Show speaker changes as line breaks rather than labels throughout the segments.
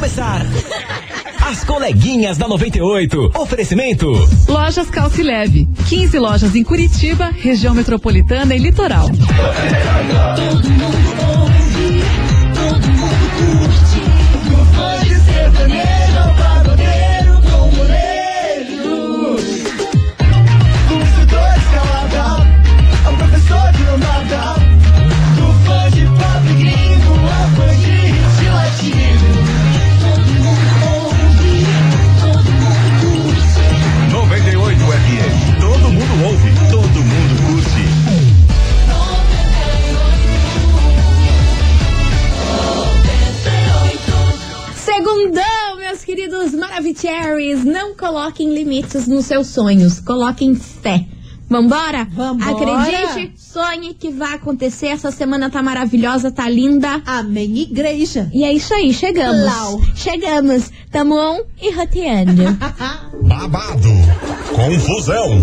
pensar. As coleguinhas da 98. Oferecimento.
Lojas Calce Leve. 15 lojas em Curitiba, região metropolitana e litoral.
Todo mundo ouve, todo mundo curte. Pode ser paneiro ou pagodeiro, comuneiro. Um instrutor escalada, é um professor de lambada. Do fã de pop gringo, a fã de hit latino. Todo mundo ouve, todo mundo curte.
98 FM. Todo mundo ouve, todo mundo curte.
Segundão, meus queridos Maravicheries, não coloquem limites nos seus sonhos, coloquem fé. Vambora?
Vambora.
Acredite, sonhe que vai acontecer. Essa semana tá maravilhosa, tá linda.
Amém, igreja.
E é isso aí, chegamos.
Lau.
Chegamos. Tamo on e roteando.
Babado, confusão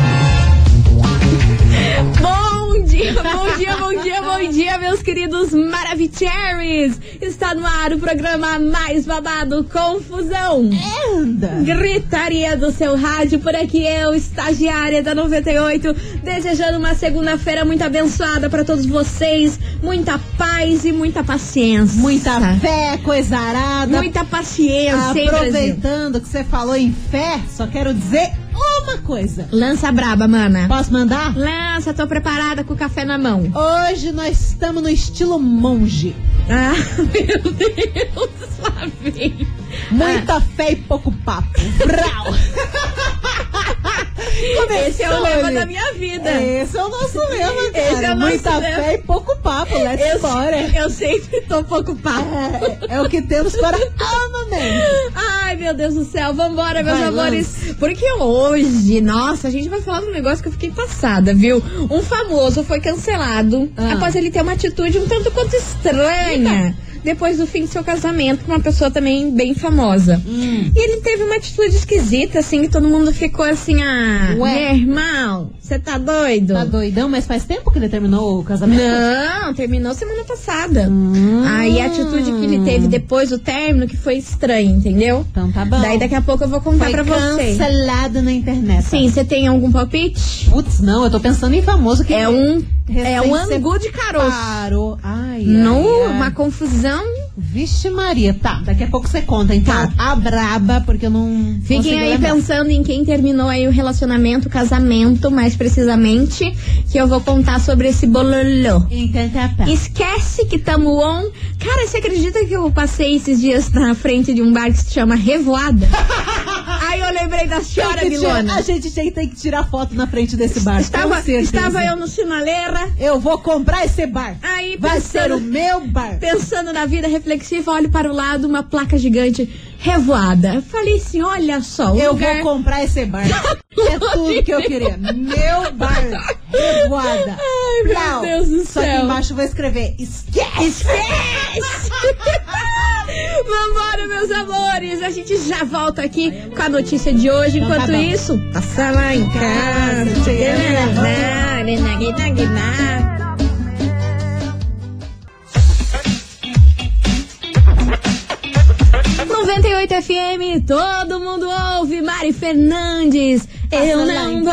Bom dia, bom dia, bom dia, bom dia, meus queridos Maravicheries! Está no ar o programa mais babado Confusão.
Anda.
Gritaria do seu rádio, por aqui eu, estagiária da 98, desejando uma segunda-feira muito abençoada para todos vocês, muita paz e muita paciência.
Muita fé, coisa arada.
Muita paciência, hein, Brasil?
Aproveitando que você falou em fé, só quero dizer uma coisa.
Lança braba, mana.
Posso mandar?
Lança, tô preparada com o café na mão.
Hoje nós estamos no estilo monge.
Ah, meu Deus, lá vem.
Muita fé e pouco papo. Brau! Começou,
Esse é o lema
ele.
da minha vida.
Esse é o nosso lema, cara.
Esse é o nosso
Muita
lema.
fé e pouco papo. Let's
Eu,
embora.
eu sempre
um
tô pouco papo.
É, é o que temos para amamente.
Ai, meu Deus do céu, vambora, meus
Vai,
amores. Porque hoje, nossa, a gente vai falar de um negócio que eu fiquei passada, viu? Um famoso foi cancelado
Ah.
após ele ter uma atitude um tanto quanto estranha. Depois do fim do seu casamento com uma pessoa também bem famosa. E ele teve uma atitude esquisita, assim, que todo mundo ficou assim, ah,
Ué.
meu irmão, você tá doido?
Tá doidão, mas faz tempo que ele terminou o casamento?
Não, terminou semana passada.
Hum.
Aí a atitude que ele teve depois do término que foi estranha, entendeu?
Então tá bom.
Daí daqui a pouco eu vou contar
Foi
pra vocês.
cancelado na internet.
Sim, você tem algum palpite?
Putz, não, eu tô pensando em famoso que
É um
Recém
é um angu de caroço.
parou. Ai, ai,
Não,
ai.
uma confusão.
Vixe Maria, tá. Daqui a pouco você conta, então. A braba, porque eu não.
Fiquem
consigo
aí
lembrar.
pensando em quem terminou aí o relacionamento, o casamento, mais precisamente, que eu vou contar sobre esse bololô.
Então tá, pá.
Esquece que tamo on. Cara, você acredita que eu passei esses dias na frente de um bar que se chama Revoada? Aí eu lembrei da senhora
Tem que tirar-
Milona.
A gente tem tem que tirar foto na frente desse bar.
Estava,
com certeza.
estava eu no sinaleira,
Eu vou comprar esse bar.
aí
Vai ser
pensando-
o meu bar.
Pensando na vida reflexiva, olho para o lado, uma placa gigante revoada. Eu Falei assim: olha só, o
Eu
lugar.
vou comprar esse bar. É tudo que eu queria. Meu bar. Revoada.
Ai, meu
Plau.
Deus do
Só
céu.
que embaixo eu vou escrever. Esquece.
Esquece! Vambora, meus amores! A gente já volta aqui com a notícia de hoje.
Então tá
Enquanto
bom.
isso, passa lá em casa.
né?
Tcharam, tcharam, tcharam, tcharam. FM, todo mundo ouve Mari Fernandes. eu
lá
não
em
vou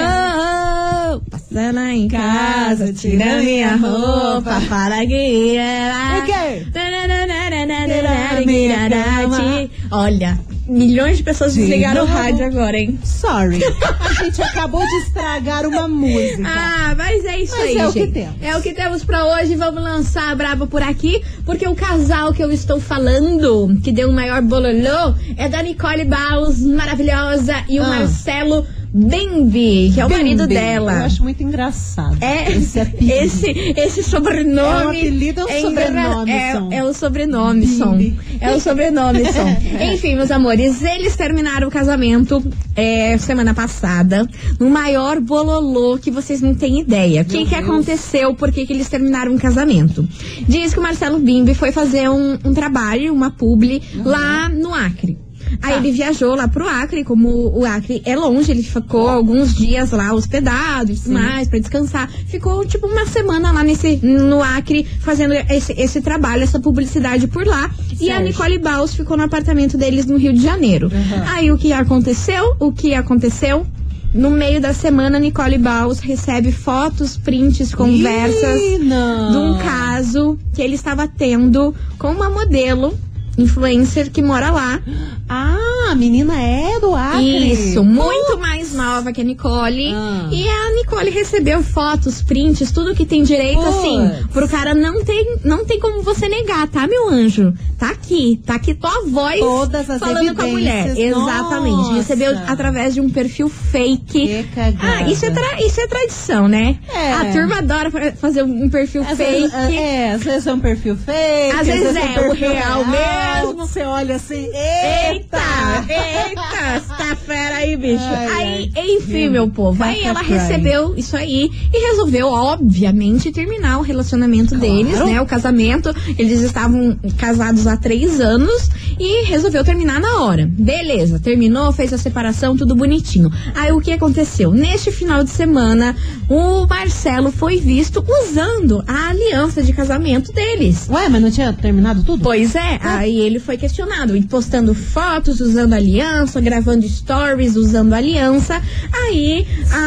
passar lá em casa, tirar minha roupa para que ela.
O quê?
Tarararararararararararararararararararararararararararararararararararararararararararararararararararararararararararararararararara. Olha, milhões de pessoas
De
desligaram o
novo.
rádio agora, hein?
Sorry. A gente acabou de estragar uma música.
Ah, mas é isso
então. Mas
aí,
é o que
gente.
temos.
É o que temos pra hoje. Vamos lançar a braba por aqui, porque o casal que eu estou um falando, que deu o maior bololô, é da Nicole Baus, maravilhosa, e o
Ah.
Marcelo Bembe, que é o
Bem,
marido
bem. Eu
dela.
acho muito engraçado.
É,
Esse
esse,
apelido.
esse, sobrenome.
É um apelido ou
é
sobrenome,
engra-
Som?
É, é o sobrenome,
Bibi.
Som. É o sobrenome, Som. Enfim, meus amores, eles terminaram o casamento é, semana passada, no maior bololô que vocês não têm ideia. O que, que aconteceu? Por que, que eles terminaram o casamento? Diz que o Marcelo Bimbi foi fazer um, um trabalho, uma publi,
Uhum.
lá no Acre. Aí ele viajou lá pro Acre, como o Acre é longe, ele ficou alguns dias lá hospedado e tudo mais, pra descansar. Ficou tipo uma semana lá nesse, no Acre, fazendo esse, esse trabalho, essa publicidade por lá. E a
Certo.
Nicole Baus ficou no apartamento deles no Rio de Janeiro. Aí o que aconteceu? O que aconteceu? No meio da semana, Nicole Baus recebe fotos, prints, conversas
Ih, não.
de um caso que ele estava tendo com uma modelo, influencer que mora lá.
Ah, a menina é do Acre.
Isso, muito mais nova que a Nicole.
Ah.
E a Nicole recebeu fotos, prints, tudo que tem direito,
Puts.
assim. Pro cara não tem, não tem como você negar, tá, meu anjo? Tá aqui, tá aqui tua voz
Todas as
falando com a mulher.
evidências,
Exatamente.
nossa.
Recebeu através de um perfil
Que
fake.
cagada.
Ah, isso é, tra- isso é tradição, né?
É.
A turma adora fa- fazer um perfil
Às
fake.
vezes, é, às vezes é um perfil fake.
Às vezes é
um
o
perfil
real mesmo.
Você olha assim,
Eita, É.
eita!
eita, você tá fera aí, bicho.
Ai,
aí, enfim, meu povo. Aí
Vaca
ela
crying.
recebeu isso aí e resolveu, obviamente, terminar o relacionamento deles, né? O casamento. Eles estavam casados há três anos e resolveu terminar na hora. Beleza, terminou, fez a separação, tudo bonitinho. Aí o que aconteceu? Neste final de semana, o Marcelo foi visto usando a aliança de casamento deles.
Ué, mas não tinha terminado tudo?
Pois é, aí ele foi questionado, e postando fotos, usando aliança, gravando stories, usando aliança. Aí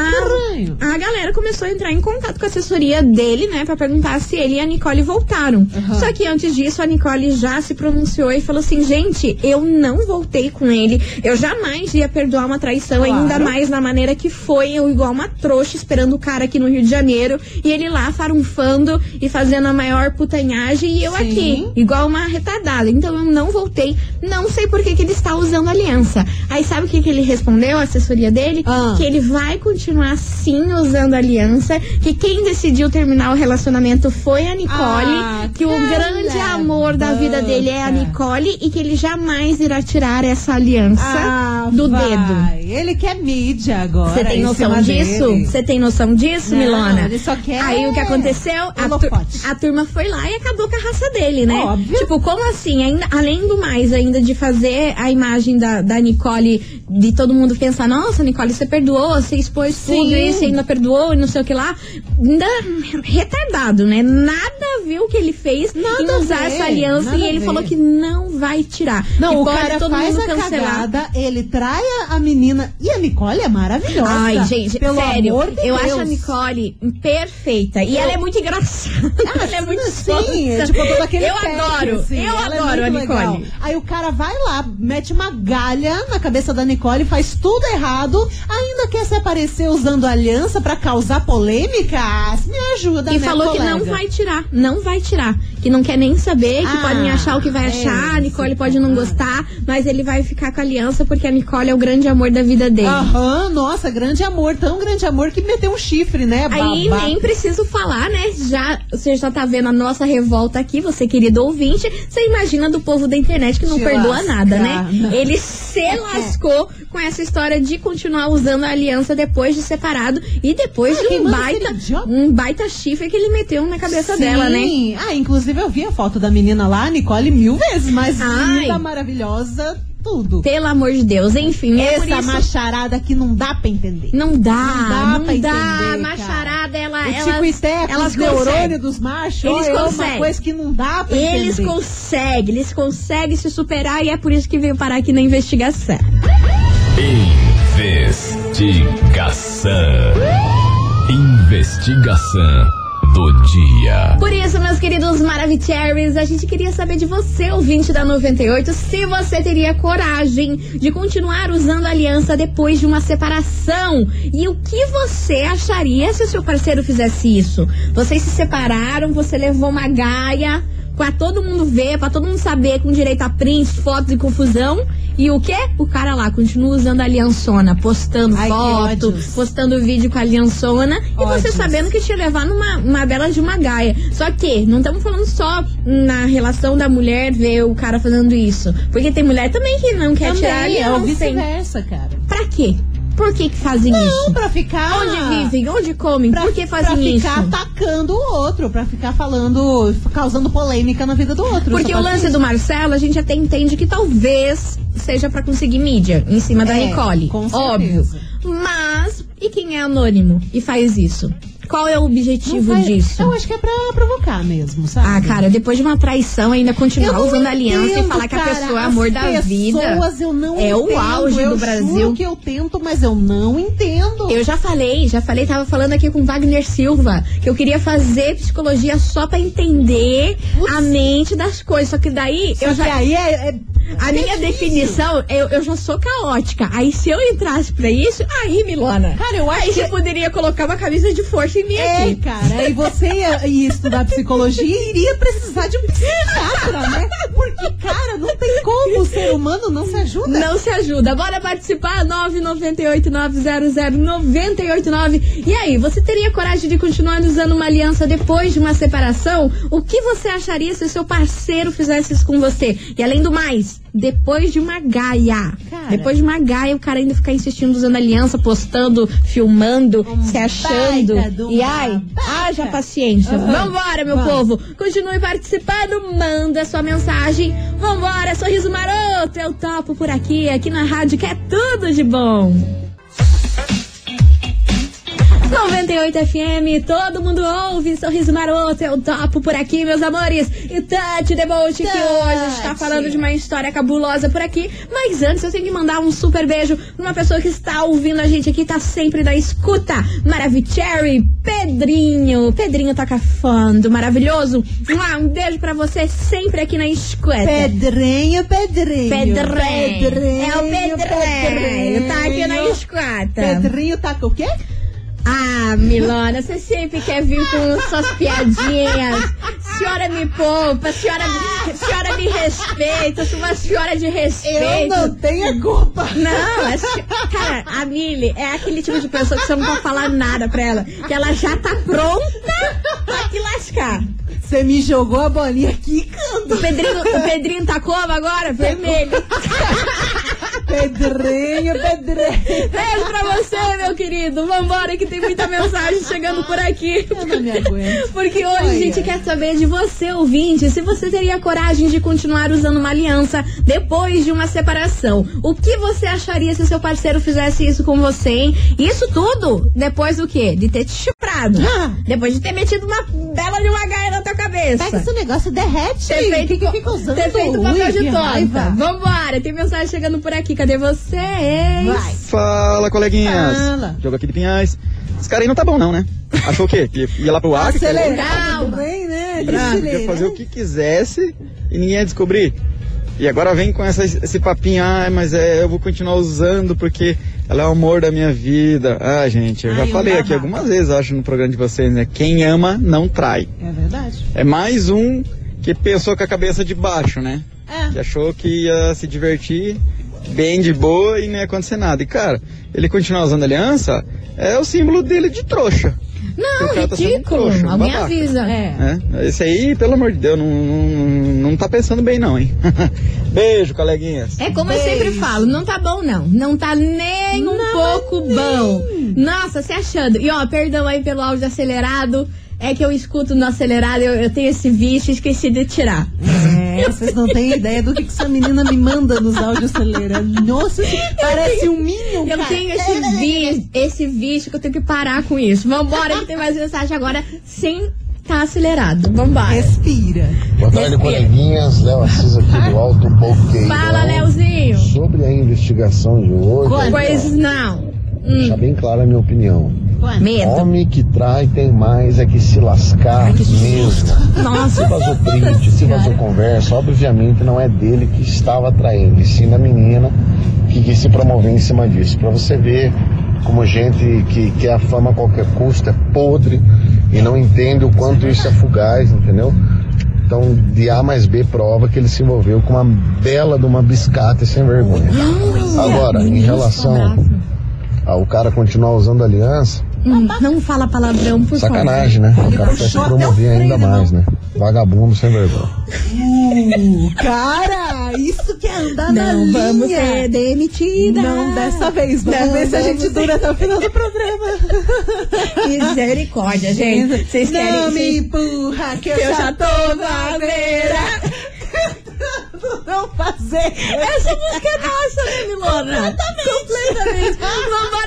Estranho.
a, a galera começou a entrar em contato com a assessoria dele, né, Pra perguntar se ele e a Nicole voltaram. Só que antes disso, a Nicole já se pronunciou e falou assim: gente, eu não voltei com ele, eu jamais ia perdoar uma traição, ainda mais na maneira que foi, eu igual uma trouxa esperando o cara aqui no Rio de Janeiro, e ele lá farunfando e fazendo a maior putanhagem, e eu
Sim.
aqui igual uma retardada. Então eu não voltei, não sei por que, que ele está usando aliança. Aí sabe o que, que ele respondeu, a assessoria dele?
Ah.
Que ele vai continuar sim usando aliança, que quem decidiu terminar o relacionamento foi a Nicole,
Ah,
que o grande
cara,
amor da vida dele é a
banca.
Nicole e que ele jamais irá tirar essa aliança
Ah,
do
vai.
dedo.
Ele quer mídia agora.
Você tem
em
noção
cima
disso?
dele.
Você tem noção disso,
Não,
Milona?
ele só quer
Aí o que aconteceu? A, tur-
holofote.
a turma foi lá e acabou com a raça dele, né?
Óbvio.
Tipo, como assim? Ainda- além do mais, ainda de fazer a imagem da, da Nicole, de todo mundo pensar, nossa, Nicole, você perdoou, você expôs tudo
Sim.
isso, e ainda perdoou e não sei o que lá. Ainda retardado, né? Nada viu o que ele fez
Nada a
em usar
ver,
essa aliança
nada
e
a
ele
ver.
falou que não vai tirar.
Não,
que
o
pode
cara
todo
faz
mundo
a
cancelar.
cagada, ele trai a menina. E a Nicole é maravilhosa.
Ai, gente,
Pelo
sério,
amor de
eu
Deus.
acho a Nicole perfeita. E ela é muito engraçada. ela é muito
Ah, Sim,
sonsa.
é tipo todo aquele
Eu
pack,
adoro,
assim,
eu
ela é
adoro a
muito
Nicole.
legal. Aí o cara vai lá, mete uma galha na cabeça da Nicole, faz tudo errado, ainda quer se aparecer usando aliança pra causar polêmica? Ah, Me ajuda,
E
né,
falou que não
colega?
vai tirar, não vai tirar. Que não quer nem saber, que
Ah,
podem achar o que vai
é
achar, a Nicole
isso,
pode não
ah.
gostar, mas ele vai ficar com a aliança porque a Nicole é o grande amor da vida dele.
Aham, nossa, grande amor, tão grande amor que meteu um chifre, né?
Aí
babaca?
nem preciso falar, né? Já, você já tá vendo a nossa revolta aqui, você querido ouvinte. Você imagina do povo da internet que não
Se
perdoa
lascar, É.
nada, né?
não.
Ele se lascou com essa história de continuar usando a aliança depois de separado e depois
Ah,
de
quem
um
manda
baita,
ser idiota?
um baita chifre que ele meteu na cabeça dela, né?
Sim. Ah, inclusive eu vi a foto da menina lá, a Nicole, mil vezes, mas
Ai.
linda, maravilhosa, tudo.
Pelo amor de Deus, enfim, é por
Essa
isso-
macharada que não dá pra entender.
Não dá,
Não dá
não dá.
pra entender,
a macharada, ela.
o
Ah, elas,
tico e teco,
elas
os neurônios
conseguem.
dos machos,
Eles
ó, é uma
conseguem.
coisa que não dá pra
Eles
entender.
conseguem, eles conseguem se superar e é por isso que veio parar aqui na investigação.
Investigação. Investigação do dia.
Por isso, meus queridos Maravicheries, a gente queria saber de você, ouvinte da 98, se você teria coragem de continuar usando a aliança depois de uma separação. E o que você acharia se o seu parceiro fizesse isso? Vocês se separaram, você levou uma gaia pra todo mundo ver, pra todo mundo saber, com direito a prints, fotos e confusão. E o quê? O cara lá continua usando a aliançona, postando
Ai, que
foto,
ódios.
postando vídeo com a aliançona. E você
Ódios.
sabendo que te levar numa uma bela de uma gaia. Só que não estamos falando só na relação da mulher ver o cara fazendo isso. Porque tem mulher também que não quer
Também,
tirar a
é o
aliança. hein?
vice-versa, cara.
Pra quê? Por que, que fazem
Não,
isso?
pra ficar...
Onde vivem? Onde comem?
Pra,
Por que fazem
pra
isso?
ficar tá- atacando o outro, pra ficar falando, causando polêmica na vida do outro.
Porque
Só
o
pra-
lance do Marcelo, a gente até entende que talvez seja pra conseguir mídia em cima da
É,
Nicole.
com
óbvio.
certeza.
Mas, e quem é anônimo e faz isso? Qual é o
Não
objetivo
vai-
disso?
Eu acho que é pra provocar mesmo, sabe?
Ah, cara, depois de uma traição, ainda
Eu
continuar
não
usando aliança e
entendo,
falar que a
cara,
pessoa é
as
amor da vida.
pessoas, Eu não
É o
entendo,
auge
eu
do Brasil.
Juro que eu tento, mas eu não entendo.
Eu já falei, já falei, tava falando aqui com Wagner Silva que eu queria fazer psicologia só pra entender
Putz.
a mente das coisas. Só que daí
Só
eu
que
já
aí é, é-
A minha definição, eu, eu já sou caótica. Aí se eu entrasse pra isso, aí, Milona.
Cara, eu acho
Aí você
que.
poderia colocar uma camisa de força em mim
É,
aqui.
cara, e você ia, ia estudar psicologia e iria precisar de um psiquiatra, né? Porque, cara, não tem como o ser humano não se ajuda.
Não se ajuda. Bora participar? 998-900-989. E aí, você teria coragem de continuar usando uma aliança depois de uma separação? O que você acharia se o seu parceiro fizesse isso com você? E além do mais, depois de uma gaia.
Cara.
Depois de uma gaia, o cara ainda ficar insistindo usando aliança, postando, filmando, se achando.
baita de uma
E ai,
baita.
haja paciência. Vambora, meu
Vamos.
povo. Continue participando, manda sua mensagem. Vambora, sorriso maroto. Eu topo por aqui, aqui na rádio, que é tudo de bom. 98 FM, todo mundo ouve, sorriso maroto, eu topo por aqui, meus amores. E Tati Debolt, que hoje está
Tati.
falando de uma história cabulosa por aqui. Mas antes, eu tenho que mandar um super beijo pra uma pessoa que está ouvindo a gente aqui, tá sempre na escuta. Maravicherry, Pedrinho. Pedrinho toca fundo, maravilhoso. Mua, Um beijo pra você sempre aqui na escuta.
Pedrinho, Pedrinho.
Pedrinho. É o Pedrinho. Tá aqui na
Pedrinho.
escuta.
Pedrinho tá com o quê?
Ah, Milona, você sempre quer vir com suas piadinhas. Senhora me poupa, senhora, senhora me respeita, sou uma senhora de
Eu
respeito.
não tenho a culpa.
Não, a se- cara, a Mili é aquele tipo de pessoa que você não pode falar nada pra ela, que ela já tá pronta pra te lascar.
Você me jogou a bolinha quicando.
O Pedrinho, o Pedrinho tá como agora? Vermelho.
Pedrinho, Pedrinho.
Beijo pra você, meu querido. Vambora, que tem muita mensagem chegando por aqui.
Eu não me aguento.
Porque hoje a gente
Olha.
quer saber de você, ouvinte, se você teria coragem de continuar usando uma aliança depois de uma separação. O que você acharia se seu parceiro fizesse isso com você, hein? Isso tudo depois do quê? De ter te chuprado.
Ah.
Depois de ter metido uma bela de uma gaia na tua cabeça.
Pega esse negócio e derrete.
Ter feito,
que, que fica usando?
ter feito
Ui,
papel
que
de
raiva.
tonta. Vambora, tem mensagem chegando por aqui. Cadê vocês?
Vai.
Fala, coleguinhas.
Fala.
Jogo aqui de Pinhais. Esse cara aí não tá bom, não, né? Achou o quê? Que ia lá pro ar? que é
Acelerado
Calma.
também, né?
queria- que
Brasileiro.
Podia fazer o que quisesse e ninguém ia descobrir. E agora vem com essa, esse papinho, ah, mas é, eu vou continuar usando porque ela é o amor da minha vida. Ah, gente, eu já
Ai, um
falei aqui
babado.
algumas vezes, eu acho, no programa de vocês, né? Quem ama, não trai.
É verdade.
É mais um que pensou com a cabeça de baixo, né? que
É.
achou que ia se divertir bem de boa e não ia acontecer nada. E, cara, ele continuar usando aliança é o símbolo dele de trouxa.
Não,
Porque ela tá sendo
ridículo. É.
trouxa, um
Alguém
babaca.
avisa.
Né? Esse aí, pelo amor de Deus, não, não, não tá pensando bem, não, hein? Beijo, coleguinhas.
É como eu
Beijo.
sempre falo, não tá bom não. Não tá nem um pouco
assim.
bom. Nossa, se achando. E ó, perdão aí pelo áudio acelerado. É que eu escuto no acelerado, eu, eu tenho esse vício, esqueci de tirar.
É, vocês não têm ideia do que, que essa menina me manda nos áudios acelera. Nossa, isso parece um Minion,
Eu
cara. né?
tenho esse vício, esse vício que eu tenho que parar com isso. Vambora, que tem mais mensagem agora sem tá acelerado. Vambora.
Respira.
Boa tarde, coleguinhas. Léo Assis aqui do Alto Boqueirão.
Fala, Leozinho.
Sobre a investigação de hoje,
Quando?
Coisas não.
deixar bem clara a minha opinião.
Medo.
Homem que trai tem mais é que se lascar mesmo. Se
Nossa.
vazou print, se vazou conversa, obviamente não é dele que estava traindo, e sim da menina que quis se promover em cima disso. Pra você ver como gente que quer a fama a qualquer custo é podre e não entende o quanto isso é fugaz, entendeu? Então, de A mais B prova que ele se envolveu com uma bela de uma biscata e sem vergonha. Agora, em relação ao cara continuar usando aliança,
Hum, não fala palavrão, por
sacanagem, né? O cara quer se
puxou até o
promover ainda mais, né? Vagabundo sem vergonha.
Uh, cara, isso que é andar na
Não
linha.
vamos ser demitidas.
Não dessa vez. Vamos
Não
ver se a
vamos
gente dura até o final do programa.
favor. Misericórdia, gente. Vocês
Não
querem
me
que...
empurra que eu,
Eu
já
já
tô na beira. Não fazer.
Essa música é nossa, né, Milona? Exatamente. Completamente. Vambora.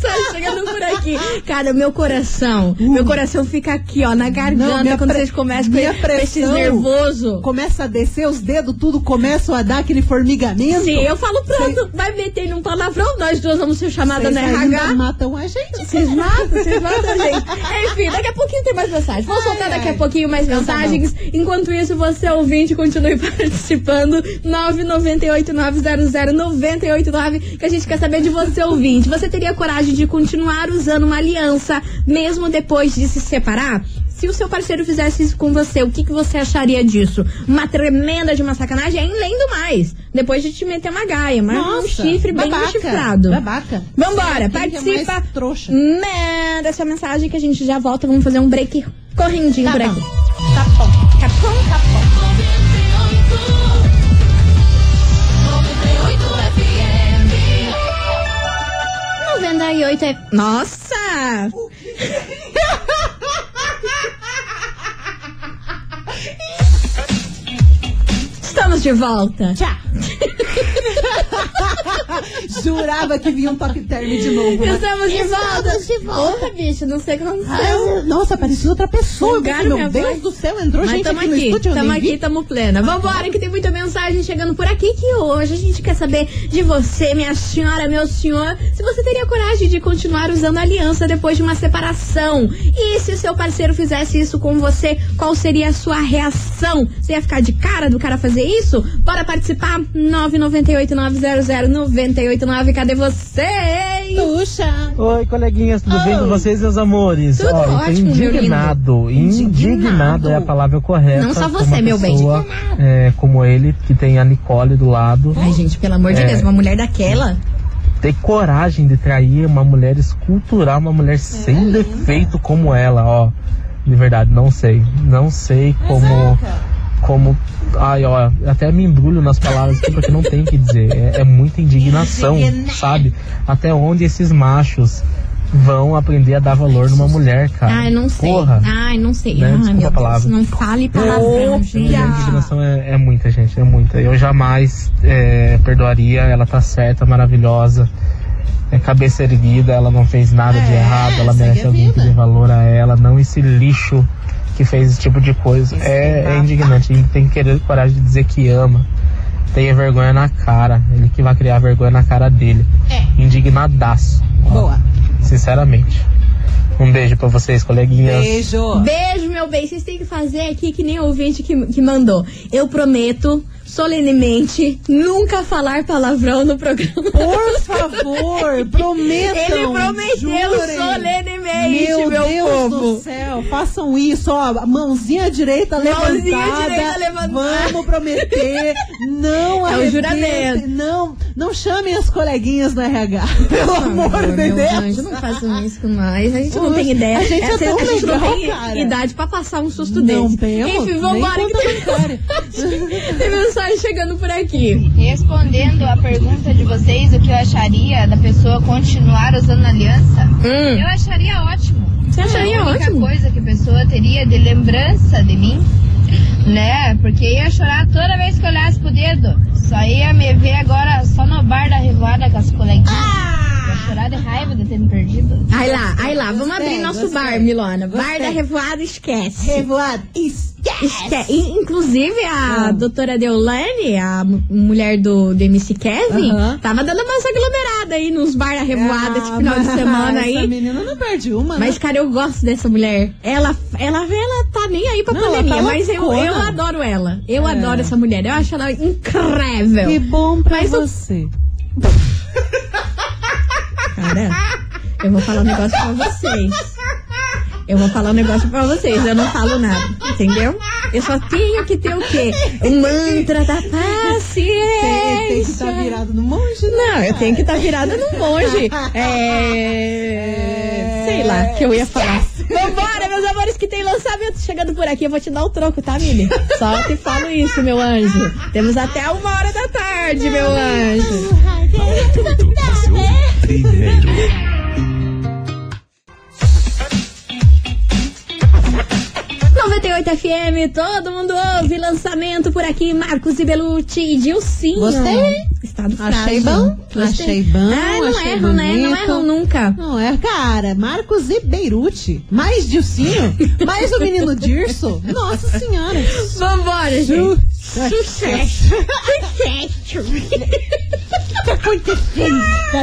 Só chegando por aqui. Cara, meu coração. Meu coração fica aqui, ó, na
Uh. Não,
garganta
minha
quando
pre-
vocês começam com
minha
esse- com esse
pressão.
nervoso.
Começa a descer os dedos, tudo começa a dar aquele formigamento.
Sim, eu falo pronto. Vai meter num palavrão, nós duas vamos ser chamadas
Vocês um
na
ainda
RH.
matam a gente.
Vocês matam, vocês matam, gente. Enfim, daqui a pouquinho tem mais mensagens. Vou
Ai,
soltar daqui a
ai. Então tá
pouquinho mais mensagens. Enquanto isso, você ouvinte, continue participando. 998900989, que a gente quer saber de você ouvinte. Você teria coragem de continuar usando uma aliança mesmo depois de se separar? Se o seu parceiro fizesse isso com você, o que, que você acharia disso? Uma tremenda de uma sacanagem, além do mais. Depois de te meter uma gaia, mas um chifre bem
babaca,
chifrado.
Babaca.
Vambora,
Quem que é
participa.
mais trouxa.
Manda essa mensagem que a gente já volta. Vamos fazer um break correndinho
Tá
por
bom.
aqui. Tá
Tá bom.
Capão, capão. 98 é. Nossa! Estamos de volta.
Tchau. Jurava que vinha um top term de novo. mas-
Estamos de volta.
Estamos de volta.
Porra, bicho, não sei o que aconteceu.
Ah, Nossa, parecia outra pessoa. Eu
Lugar,
pensei, meu
minha
Deus
voz.
do céu, entrou
Mas
gente
tamo
aqui no
aqui,
estúdio. eu
tamo
nem vi.
aqui, tamo plena. Vambora, que tem muita mensagem chegando por aqui que hoje a gente quer saber de você, minha senhora, meu senhor, se você teria coragem de continuar usando a aliança depois de uma separação. E se o seu parceiro fizesse isso com você, qual seria a sua reação? Você ia ficar de cara do cara fazer isso? Bora participar? 998-900-989, cadê vocês?
Puxa.
Oi, coleguinhas, tudo bem com vocês, meus amores?
Tudo
Ó, eu tô
ótimo, meu lindo.
indignado,
Indignado.
indignado é a palavra correta.
Não só
com
você,
uma
meu bem.
pessoa, É, como ele, que tem a Nicole do lado,
Ai, gente, pelo amor de
É.
Deus, uma mulher daquela.
ter coragem de trair uma mulher escultural, uma mulher
Uhum.
sem defeito como ela, ó. De verdade, não sei. Não sei como. Como. Ai, ó, até me embrulho nas palavras aqui porque não tem o que dizer. É, é muita indignação, sabe? Até onde esses machos vão aprender a dar valor numa mulher, cara.
Ai, não sei. Ah,
Porra.
Ai, não sei.
Né?
Ai,
Desculpa
meu
a palavra.
Deus, não fale palavrão, gente.
A indignação é, é muita, gente, é muita. Eu jamais é, perdoaria, ela tá certa, maravilhosa. É cabeça erguida, ela não fez nada de
É,
errado, ela
segue
merece
a
alguém que
vida.
dê valor a ela, não esse lixo que fez esse tipo de coisa.
Esse
É, é
babaca.
indignante, ele tem que ter coragem de dizer que ama. Tenha vergonha na cara, ele que vai criar vergonha na cara dele.
É.
Indignadaço,
Boa.
sinceramente. Um beijo pra vocês, coleguinhas.
Beijo.
Beijo, meu bem. Vocês têm que fazer aqui que nem o ouvinte que, que mandou. Eu prometo, solenemente, nunca falar palavrão no programa.
Por favor, prometam.
Ele prometeu
Então, jurem.
solenemente, meu,
Meu, Deus
povo.
do céu, façam isso, ó, a mãozinha direita levantada.
Mãozinha direita levantada.
Vamos prometer, não
É o
arrebentem,
juramento.
Não, não chamem as coleguinhas do RH, pelo amor
Meu
de Deus.
anjo, não é façam isso com nós. A gente não
Poxa,
tem ideia.
a gente é
Essa-
tão
a gente
legal,
não tem
cara.
idade pra passar um susto
Não
desse.
temos,
Enfim,
nem
vambora.
conta bancária.
Que tem mensagem chegando por aqui.
Respondendo a pergunta de vocês, o que eu acharia da pessoa continuar usando aliança,
Hum.
eu acharia ótimo.
Você acharia
É, a única
ótimo?
coisa que a pessoa teria de lembrança de mim, né? Porque ia chorar toda vez que eu olhasse pro dedo. Só ia me ver agora só no bar da revoada com as coleguinhas. Ia chorar de raiva de ter me perdido.
Aí lá, aí lá, vamos
Ah! Gostei,
abrir nosso
gostei.
bar, Milona. Bar
Gostei.
da Revoada Esquece.
Revoada, esquece. Ah.
Esque- in- Inclusive, a doutora Deolane, a mu- mulher do, do MC Kevin,
Aham.
tava dando uma aglomerada aí nos bar da revoada esse
Ah,
final de semana
Essa
aí.
menina não perde uma, né?
Mas, cara, eu gosto dessa mulher. Ela, ela, ela tá nem aí pra
Não,
pandemia,
ela tá
mas eu,
loucona.
eu adoro ela. Eu
É.
adoro essa mulher. Eu acho ela incrível.
Que bom pra
Mas o-
você.
Cara, eu vou falar um negócio pra vocês. Eu vou falar um negócio pra vocês. Eu não falo nada, entendeu? Eu só tenho que ter o quê? O mantra da paciência.
Tem que estar virado no né? monge,
Não, eu tenho que estar virada num monge. É. Sei lá, que eu ia falar. Vambora, meus amores, que tem lançamento chegando por aqui. Eu vou te dar o troco, tá, Mili? Só te falo isso, meu anjo. Temos até uma hora da tarde, meu anjo.
Tudo você ouve primeiro.
FM, todo mundo ouve lançamento por aqui, Marcos e Belucci e Dilcinho.
Gostei.
Está do
Achei
estágio.
bom, achei bom,
Tá Ah, não
achei
erram, né? Não
bonito.
erram nunca.
Não é, cara, Marcos e Beirute, mais Dilcinho, mais o menino Dirso, nossa senhora.
Vambora, gente. Sucesso. Sucesso.
tá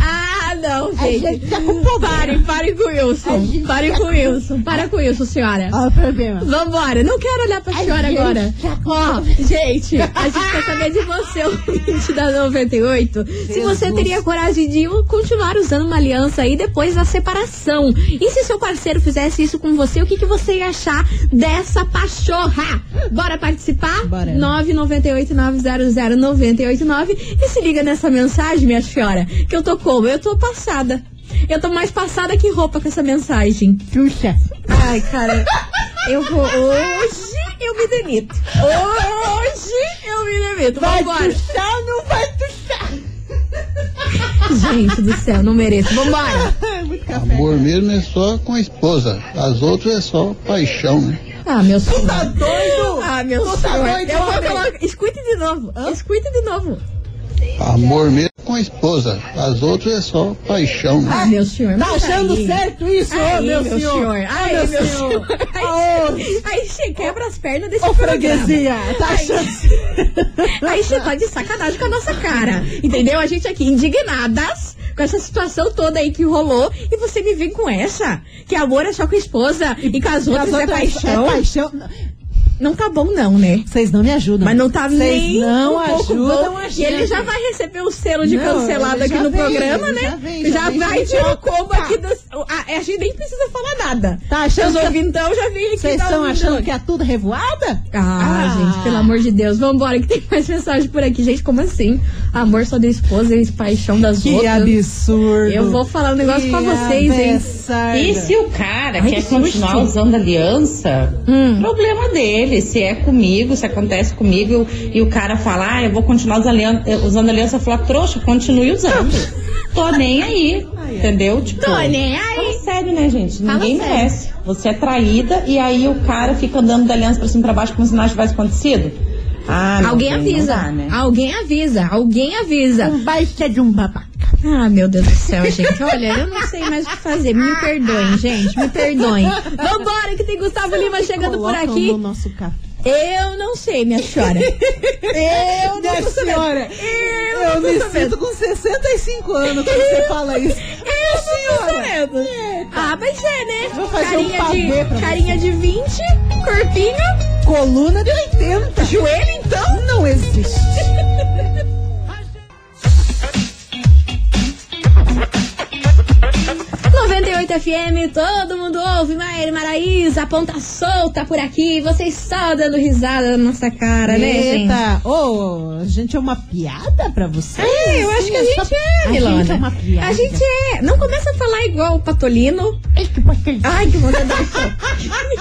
Ah, não,
A
gente.
gente tá com problema.
Pare, pare com o Wilson. Pare
tá
com o Wilson. Para com isso, senhora.
Olha o problema.
Vambora, não quero olhar pra senhora
gente,
agora.
já-
Ó, gente, a gente quer saber de você, ouvinte da 98, se você teria coragem de continuar usando uma aliança aí depois da separação. E se seu parceiro fizesse isso com você, o que, que você ia achar dessa pachorra? Bora participar?
Bora.
998-900-989 e se liga nessa mensagem, minha senhora, que eu tô como? Eu tô passada. Eu tô mais passada que roupa com essa mensagem.
Xuxa.
Ai, cara, eu vou. Hoje eu me demito. Hoje eu me demito. Vambora.
tuxar ou não vai tuxar?
Gente do céu, não mereço. Vambora.
Muito café.
Amor mesmo é só com a esposa, as outras é só paixão, né?
Ah, meu senhor.
Tá doido?
Ah, meu
Tu
senhor.
tá doido,
eu vou
homem?
colocar. Escute de novo. Escute de novo.
Amor mesmo é com a esposa, as outras é só paixão, né?
Ah, meu senhor.
Tá
mas
achando
aí-
certo isso,
Aí,
ô meu, senhor?
Aí,
Ô,
meu,
meu
senhor.
senhor.
Aí, aí você quebra as pernas desse
Ô
programa.
freguesia, tá achando
Aí você tá de sacanagem com a nossa cara. Entendeu? A gente aqui indignadas com essa situação toda aí que rolou. E você me vem com essa. Que amor é só com a esposa e com as outras, é paixão.
É paixão.
Não tá bom, não, né?
Vocês não me ajudam.
Mas não tá
Vocês
nem
não
um pouco
ajudam
bom.
a
E ele
gente.
já vai receber o selo de
Não,
cancelado
ele
aqui
já
no
vem,
programa,
ele
né?
já vem, já vem
vai
com
tirar o
foco,
combo
tá.
aqui das. Ah, a gente nem precisa falar nada.
Tá achando
Os
que-
ouvintes, já vem ele que
Vocês
tá
estão
ouvindo.
achando que é tudo revoada?
Ah,
Ah.
gente, pelo amor de Deus. Vambora, que tem mais mensagem por aqui. Gente, como assim? Amor só da esposa e paixão das
Que
outras.
absurdo.
Eu vou falar um negócio
Que
pra vocês, hein?
absurdo.
E se o cara
Ai,
quer
que
continuar
susto.
usando aliança,
Hum.
problema dele. Se é comigo, se acontece comigo e o cara falar, ah, eu vou continuar usando aliança, usando aliança, eu falo, trouxa, continue usando. Tô nem aí, entendeu? Tipo,
Tô nem aí.
Fala sério, né, gente?
Fala
Ninguém
sério.
merece. Você é traída e aí o cara fica andando da aliança pra cima e pra baixo como se nada tivesse acontecido. Ah, meu
Alguém
bem, não
avisa.
dá, né?
Alguém avisa. Alguém avisa.
Baixa de um babaca.
Ah, meu Deus do céu, gente. Olha, eu não sei mais o que fazer. Me perdoem, gente. Me perdoem. Vambora, que tem Gustavo Lima chegando por
Colocam
aqui.
No nosso café.
Eu não sei, minha senhora. Eu não
Minha
tô sabendo.
senhora,
Eu,
Eu
não tô
me
sabendo.
sinto com 65 anos quando você fala isso.
Eu não tô
Senhora.
sabendo. Ah, mas é, né?
Vou fazer um
carinha
pavê pra
de, carinha de 20, corpinho,
Coluna de 80.
joelho, então.
Não existe.
Não. 98 FM, todo mundo ouve. Maíra Maraísa, ponta solta por aqui. Vocês só dando risada na nossa cara,
assim.
né, gente?
Eita, ô, a gente é uma piada pra você?
É, eu acho que a gente é, Milona.
A gente é uma piada.
A gente é. Não começa a falar igual o Patolino.
Ai, que bacana.
Ai, que vontade de dar um soco.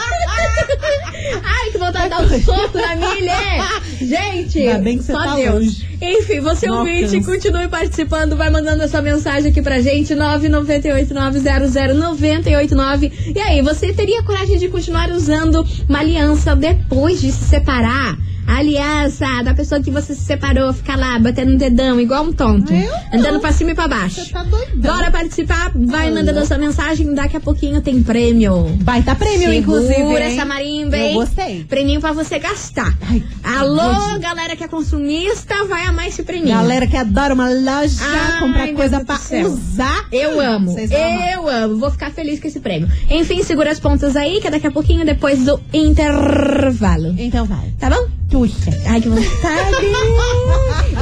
Ai, que vontade de dar um soco na milha. É. Gente,
Ainda bem que você
só
tá
Deus.
longe.
Enfim, você
Não
ouvinte,
alcança.
continue participando, vai mandando a sua mensagem aqui pra gente, 998-900-989. E aí, você teria coragem de continuar usando uma aliança depois de se separar? A aliança da pessoa que você se separou, ficar lá batendo um dedão igual um tonto,
Eu
andando pra cima e pra baixo.
Você tá doidão.
Bora participar, vai mandando a sua mensagem, daqui a pouquinho tem prêmio.
Baita prêmio,
Segura
inclusive. hein?
essa marimba,
Eu
hein?
gostei.
Prêmio pra você gastar.
Ai, que
Alô,
gosto.
galera que é consumista, vai amar esse prêmio.
Galera que adora uma loja,
Ai,
comprar
meu
coisa
Deus
pra
do céu.
usar.
Eu amo,
Hum, Vocês vão amar.
eu amo, vou ficar feliz com esse prêmio. Enfim, segura as pontas aí, que é daqui a pouquinho, depois do intervalo.
Então vai.
Tá bom?
Tuxa.
Ai, que vontade!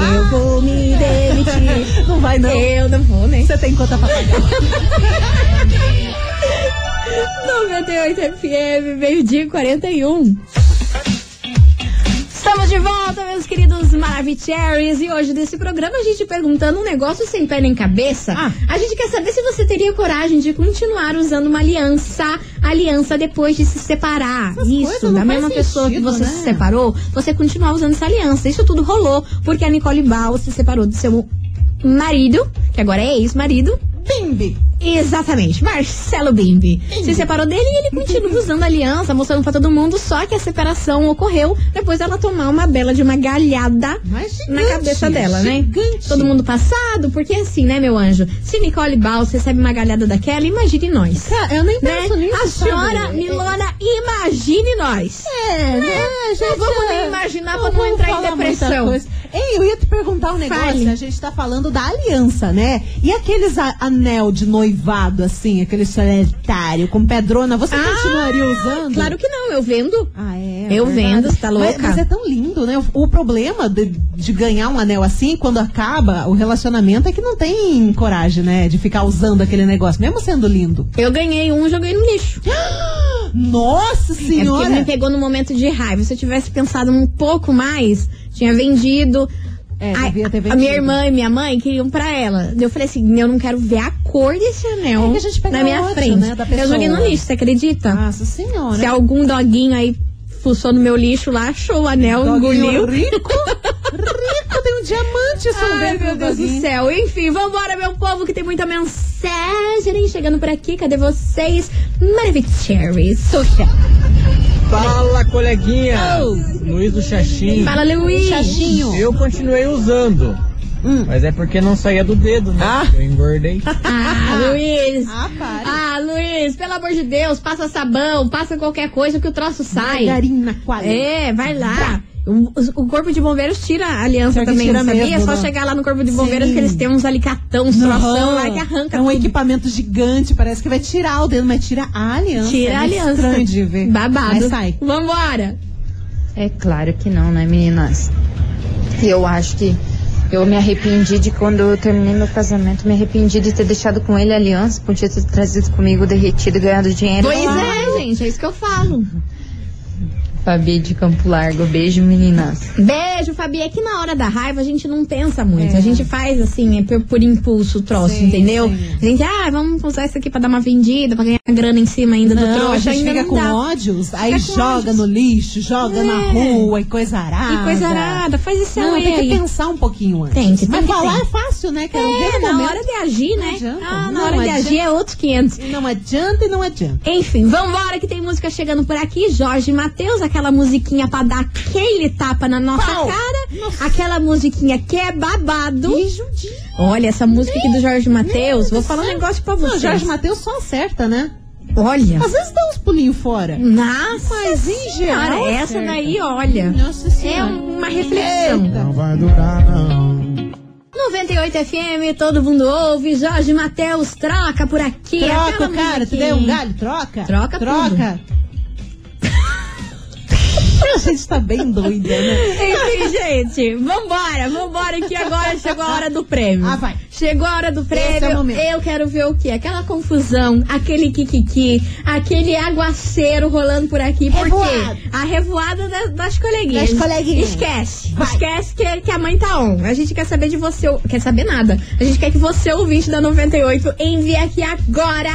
Eu vou me demitir.
Não vai não.
Eu não vou, né?
Você tem conta pra pagar.
98 FM, meio-dia e 41. Estamos de volta, meus queridos Maravicheries. E hoje, nesse programa, a gente perguntando um negócio sem pé nem cabeça.
Ah.
A gente quer saber se você teria coragem de continuar usando uma aliança, aliança depois de se separar. Isso,
coisas não
da mesma
faz
pessoa que
sentido,
você
né?
se separou, você continuar usando essa aliança. Isso tudo rolou porque a Nicole Ball se separou do seu marido, que agora é ex-marido. Bimbi. Exatamente, Marcelo Bimbi. Se separou dele e ele continua usando a aliança, mostrando pra todo mundo, só que a separação ocorreu depois dela tomar uma bela de uma galhada na cabeça dela, né? Todo mundo passado, porque assim, né, meu anjo? Se Nicole Baus recebe uma galhada daquela, imagine nós. Cara, eu nem
penso
né?
nisso,
A
sabe?
senhora Milona, imagine nós.
É, né?
Não vamos nem imaginar pra é. não entrar em
falar muita
depressão.
coisa. Ei, eu ia te perguntar um negócio.
Fale.
A gente tá falando da aliança, né? E aqueles a- anel de noivado, assim, aquele solitário com pedrona, você
Ah,
continuaria usando?
claro que não, eu vendo.
Ah, é?
Eu
verdade.
vendo, você tá
Mas-
louca?
Mas, é tão lindo, né? O, o problema de, de ganhar um anel assim, quando acaba o relacionamento, é que não tem coragem, né? De ficar usando aquele negócio, mesmo sendo lindo.
Eu ganhei um, joguei no lixo.
Nossa
É
senhora!
porque me pegou no momento de raiva. Se eu tivesse pensado um pouco mais, tinha vendido.
É,
a, a minha irmã e minha mãe queriam pra ela. Eu falei assim: eu não quero ver a cor desse anel
É que a gente pega
na minha
ódio,
frente.
né, da
eu
pessoa. Ah, né?
joguei no lixo, você acredita?
Nossa senhora.
Se algum doguinho aí fuçou no meu lixo lá, achou o anel,
Doguinho
engoliu.
rico, rico, tem um diamante
Ai,
sobrando
meu
no
Deus do
doguinho.
céu. Enfim, vambora, meu povo, que tem muita mensagem chegando por aqui. Cadê vocês? Maravicherry, Xuxa.
Fala, coleguinha! Luiz do Xaxim.
Fala, Luiz. Xaxinho.
Eu continuei usando.
Hum.
Mas é porque não saía do dedo, né? Eu engordei.
Tá
Ah, Luiz! Ah, Luiz, pelo amor de Deus, passa sabão, passa qualquer coisa que o troço sai.
Margarina, qual é?
É, vai lá. O, os- o corpo de bombeiros tira a aliança
Pior que
também,
tira
sabia?
mesmo,
é só
né?
chegar lá no corpo de bombeiros
Sim.
que eles têm uns alicatão, uns troção lá que arranca.
É um equipamento gigante, parece que vai tirar o dedo, mas tira a aliança.
Tira a
é
aliança.
Estranho de ver.
Babado.
Mas sai.
Vambora!
É claro que não, né, meninas? Eu acho que eu me arrependi de quando eu terminei meu casamento, me arrependi de ter deixado com ele a aliança, podia ter trazido comigo derretido e ganhado dinheiro.
Pois é, gente, é isso que eu falo.
Fabi de Campo Largo, beijo, meninas.
Beijo, Fabi. É que na hora da raiva a gente não pensa
É.
muito. A gente faz assim, é por, por impulso o troço, entendeu? A gente, ah, vamos usar isso aqui pra dar uma vendida, pra ganhar grana em cima ainda do
Não,
trouxa.
a gente
ainda
fica
não
com
dá.
ódios, aí
Fica com
joga
ódios.
no lixo, joga na
É.
rua e coisa arada.
E coisa arada, faz esse
Ah, tá. Não,
auê
tem que
aí.
pensar um pouquinho antes.
Tem que-
Mas
tem que-
falar
tem.
é fácil, né? Quero
É,
ver no
na
momento.
hora de agir, né?
Não adianta.
Ah, na
Não
hora de
adianta.
agir é outros 500.
Não adianta e não adianta.
Enfim, vambora que tem música chegando por aqui. Jorge Matheus, aquela musiquinha pra dar aquele tapa na nossa cara. Aquela musiquinha que é babado. Olha, essa música aqui do Jorge Matheus. Vou falar um negócio pra
Não,
vocês.
Jorge Matheus só acerta, né?
Olha.
Às vezes dá uns pulinhos fora.
Nossa,
mas em geral.
Cara, essa
acerta.
daí, olha.
Nossa
é
Senhora.
uma reflexão.
Não vai durar, não.
98 FM, todo mundo ouve. Jorge Matheus, troca por aqui.
Troca,
Aquela
cara. Tu
musiquinha.
deu um galho? Troca.
Troca tudo.
Troca. A gente tá bem doida, né?
Enfim, gente, vambora, vambora que agora chegou a hora do prêmio.
Ah, vai.
Chegou a hora do
Esse
prêmio.
é o momento.
Eu quero ver o quê? Aquela confusão, aquele kikiki, aquele aguaceiro rolando por aqui. Por
Revoada.
quê? A revoada da- das coleguinhas.
Das coleguinhas.
Esquece. Esquece que, que a mãe tá on. A gente quer saber de você. Quer saber nada. A gente quer que você, ouvinte da 98, envie aqui agora,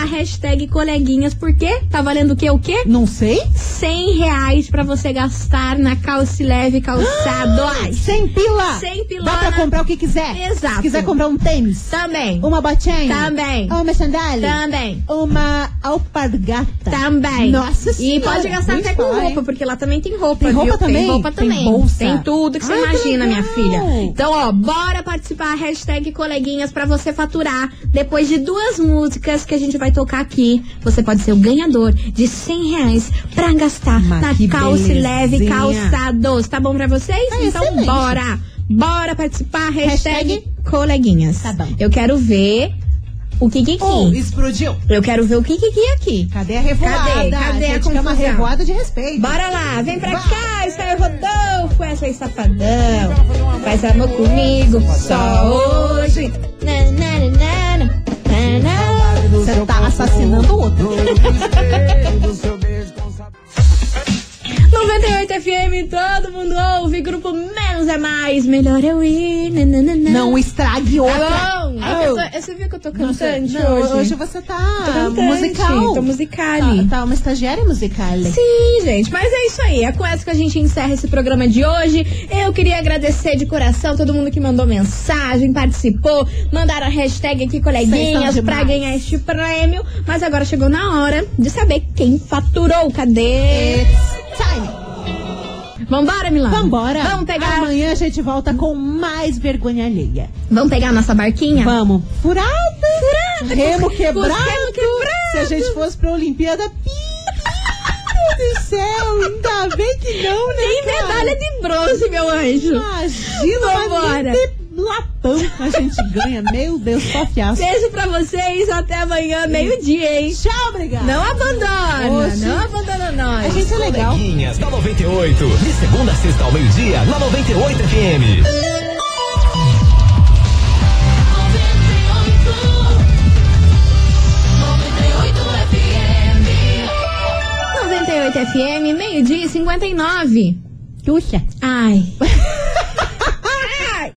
a hashtag coleguinhas. Por quê? Tá valendo o quê? O quê?
Não sei.
100 reais pra você gastar na Calce Leve Calçados.
Sem pila.
Sem pilona.
Dá pra comprar o que quiser.
Exato.
Se quiser comprar um tênis.
Também.
Uma botinha.
Também.
Uma sandália.
Também.
Uma alpargata.
Também.
Nossa
E
senhora.
pode gastar
muito
até com
bom,
roupa, porque lá também tem roupa.
Tem roupa
viu?
também?
Tem roupa
Tem
também.
bolsa?
Tem tudo que você
Ai, que
imagina, minha
legal.
filha. Então, ó, bora participar. Hashtag coleguinhas pra você faturar. Depois de duas músicas que a gente vai tocar aqui, você pode ser o ganhador de 100 reais pra gastar na
que
Calce Leve
belezinha.
Calçados. Tá bom pra vocês?
Tá
então,
excelente.
bora. Bora participar. Hashtag,
Hashtag
coleguinhas.
Tá bom.
Eu quero ver o que que que.
Oh, explodiu.
Eu quero ver o que que que aqui.
Cadê a revoada?
Cadê?
A
Cadê a
gente quer uma
confusão?
revoada de respeito.
Bora lá, vem pra cá, está o Rodolfo, essa aí safadão. Faz amor comigo, só hoje. Na, na, na, na, na, na.
Você tá assassinando o outro.
98 FM, todo mundo ouve. Grupo Menos é Mais. Melhor eu ir. nananana.
Não estrague outra.
Tá bom.
Ah,
Eu sou- Você viu que eu tô cantante
Não,
hoje?
hoje você tá
Tô cantante,
musical.
Tô musicale.
Tá, tá uma estagiária musical.
Sim, gente, mas é isso aí. É com essa que a gente encerra esse programa de hoje. Eu queria agradecer de coração todo mundo que mandou mensagem, participou, mandaram a hashtag aqui,
Vocês
coleguinhas,
são
pra
demais.
ganhar este prêmio. Mas agora chegou na hora de saber quem faturou. Cadê? Vambora, Milana?
Vambora.
Vamos pegar.
Amanhã a gente volta com mais vergonha alheia.
Vamos pegar a nossa barquinha?
Vamos. Furada.
Furada.
Remo
Com- com
quebrado.
remo quebrado.
Se a gente fosse pra Olimpíada, pi, meu Deus do céu. Ainda bem que não, né,
Tem
cara?
medalha de bronze, meu anjo.
Imagina, mas
Vambora.
nem de latão que a gente ganha. Meu Deus, só fiasco.
Beijo pra vocês, até amanhã, meio-dia, hein?
Tchau, obrigada.
Não abandona,
Oxe.
não abandona nós.
A gente é legal.
Coleguinhas da 98. De segunda a sexta ao meio-dia, na 98 FM.
FM.
98 FM, meio-dia e 59.
Tuxa.
Ai.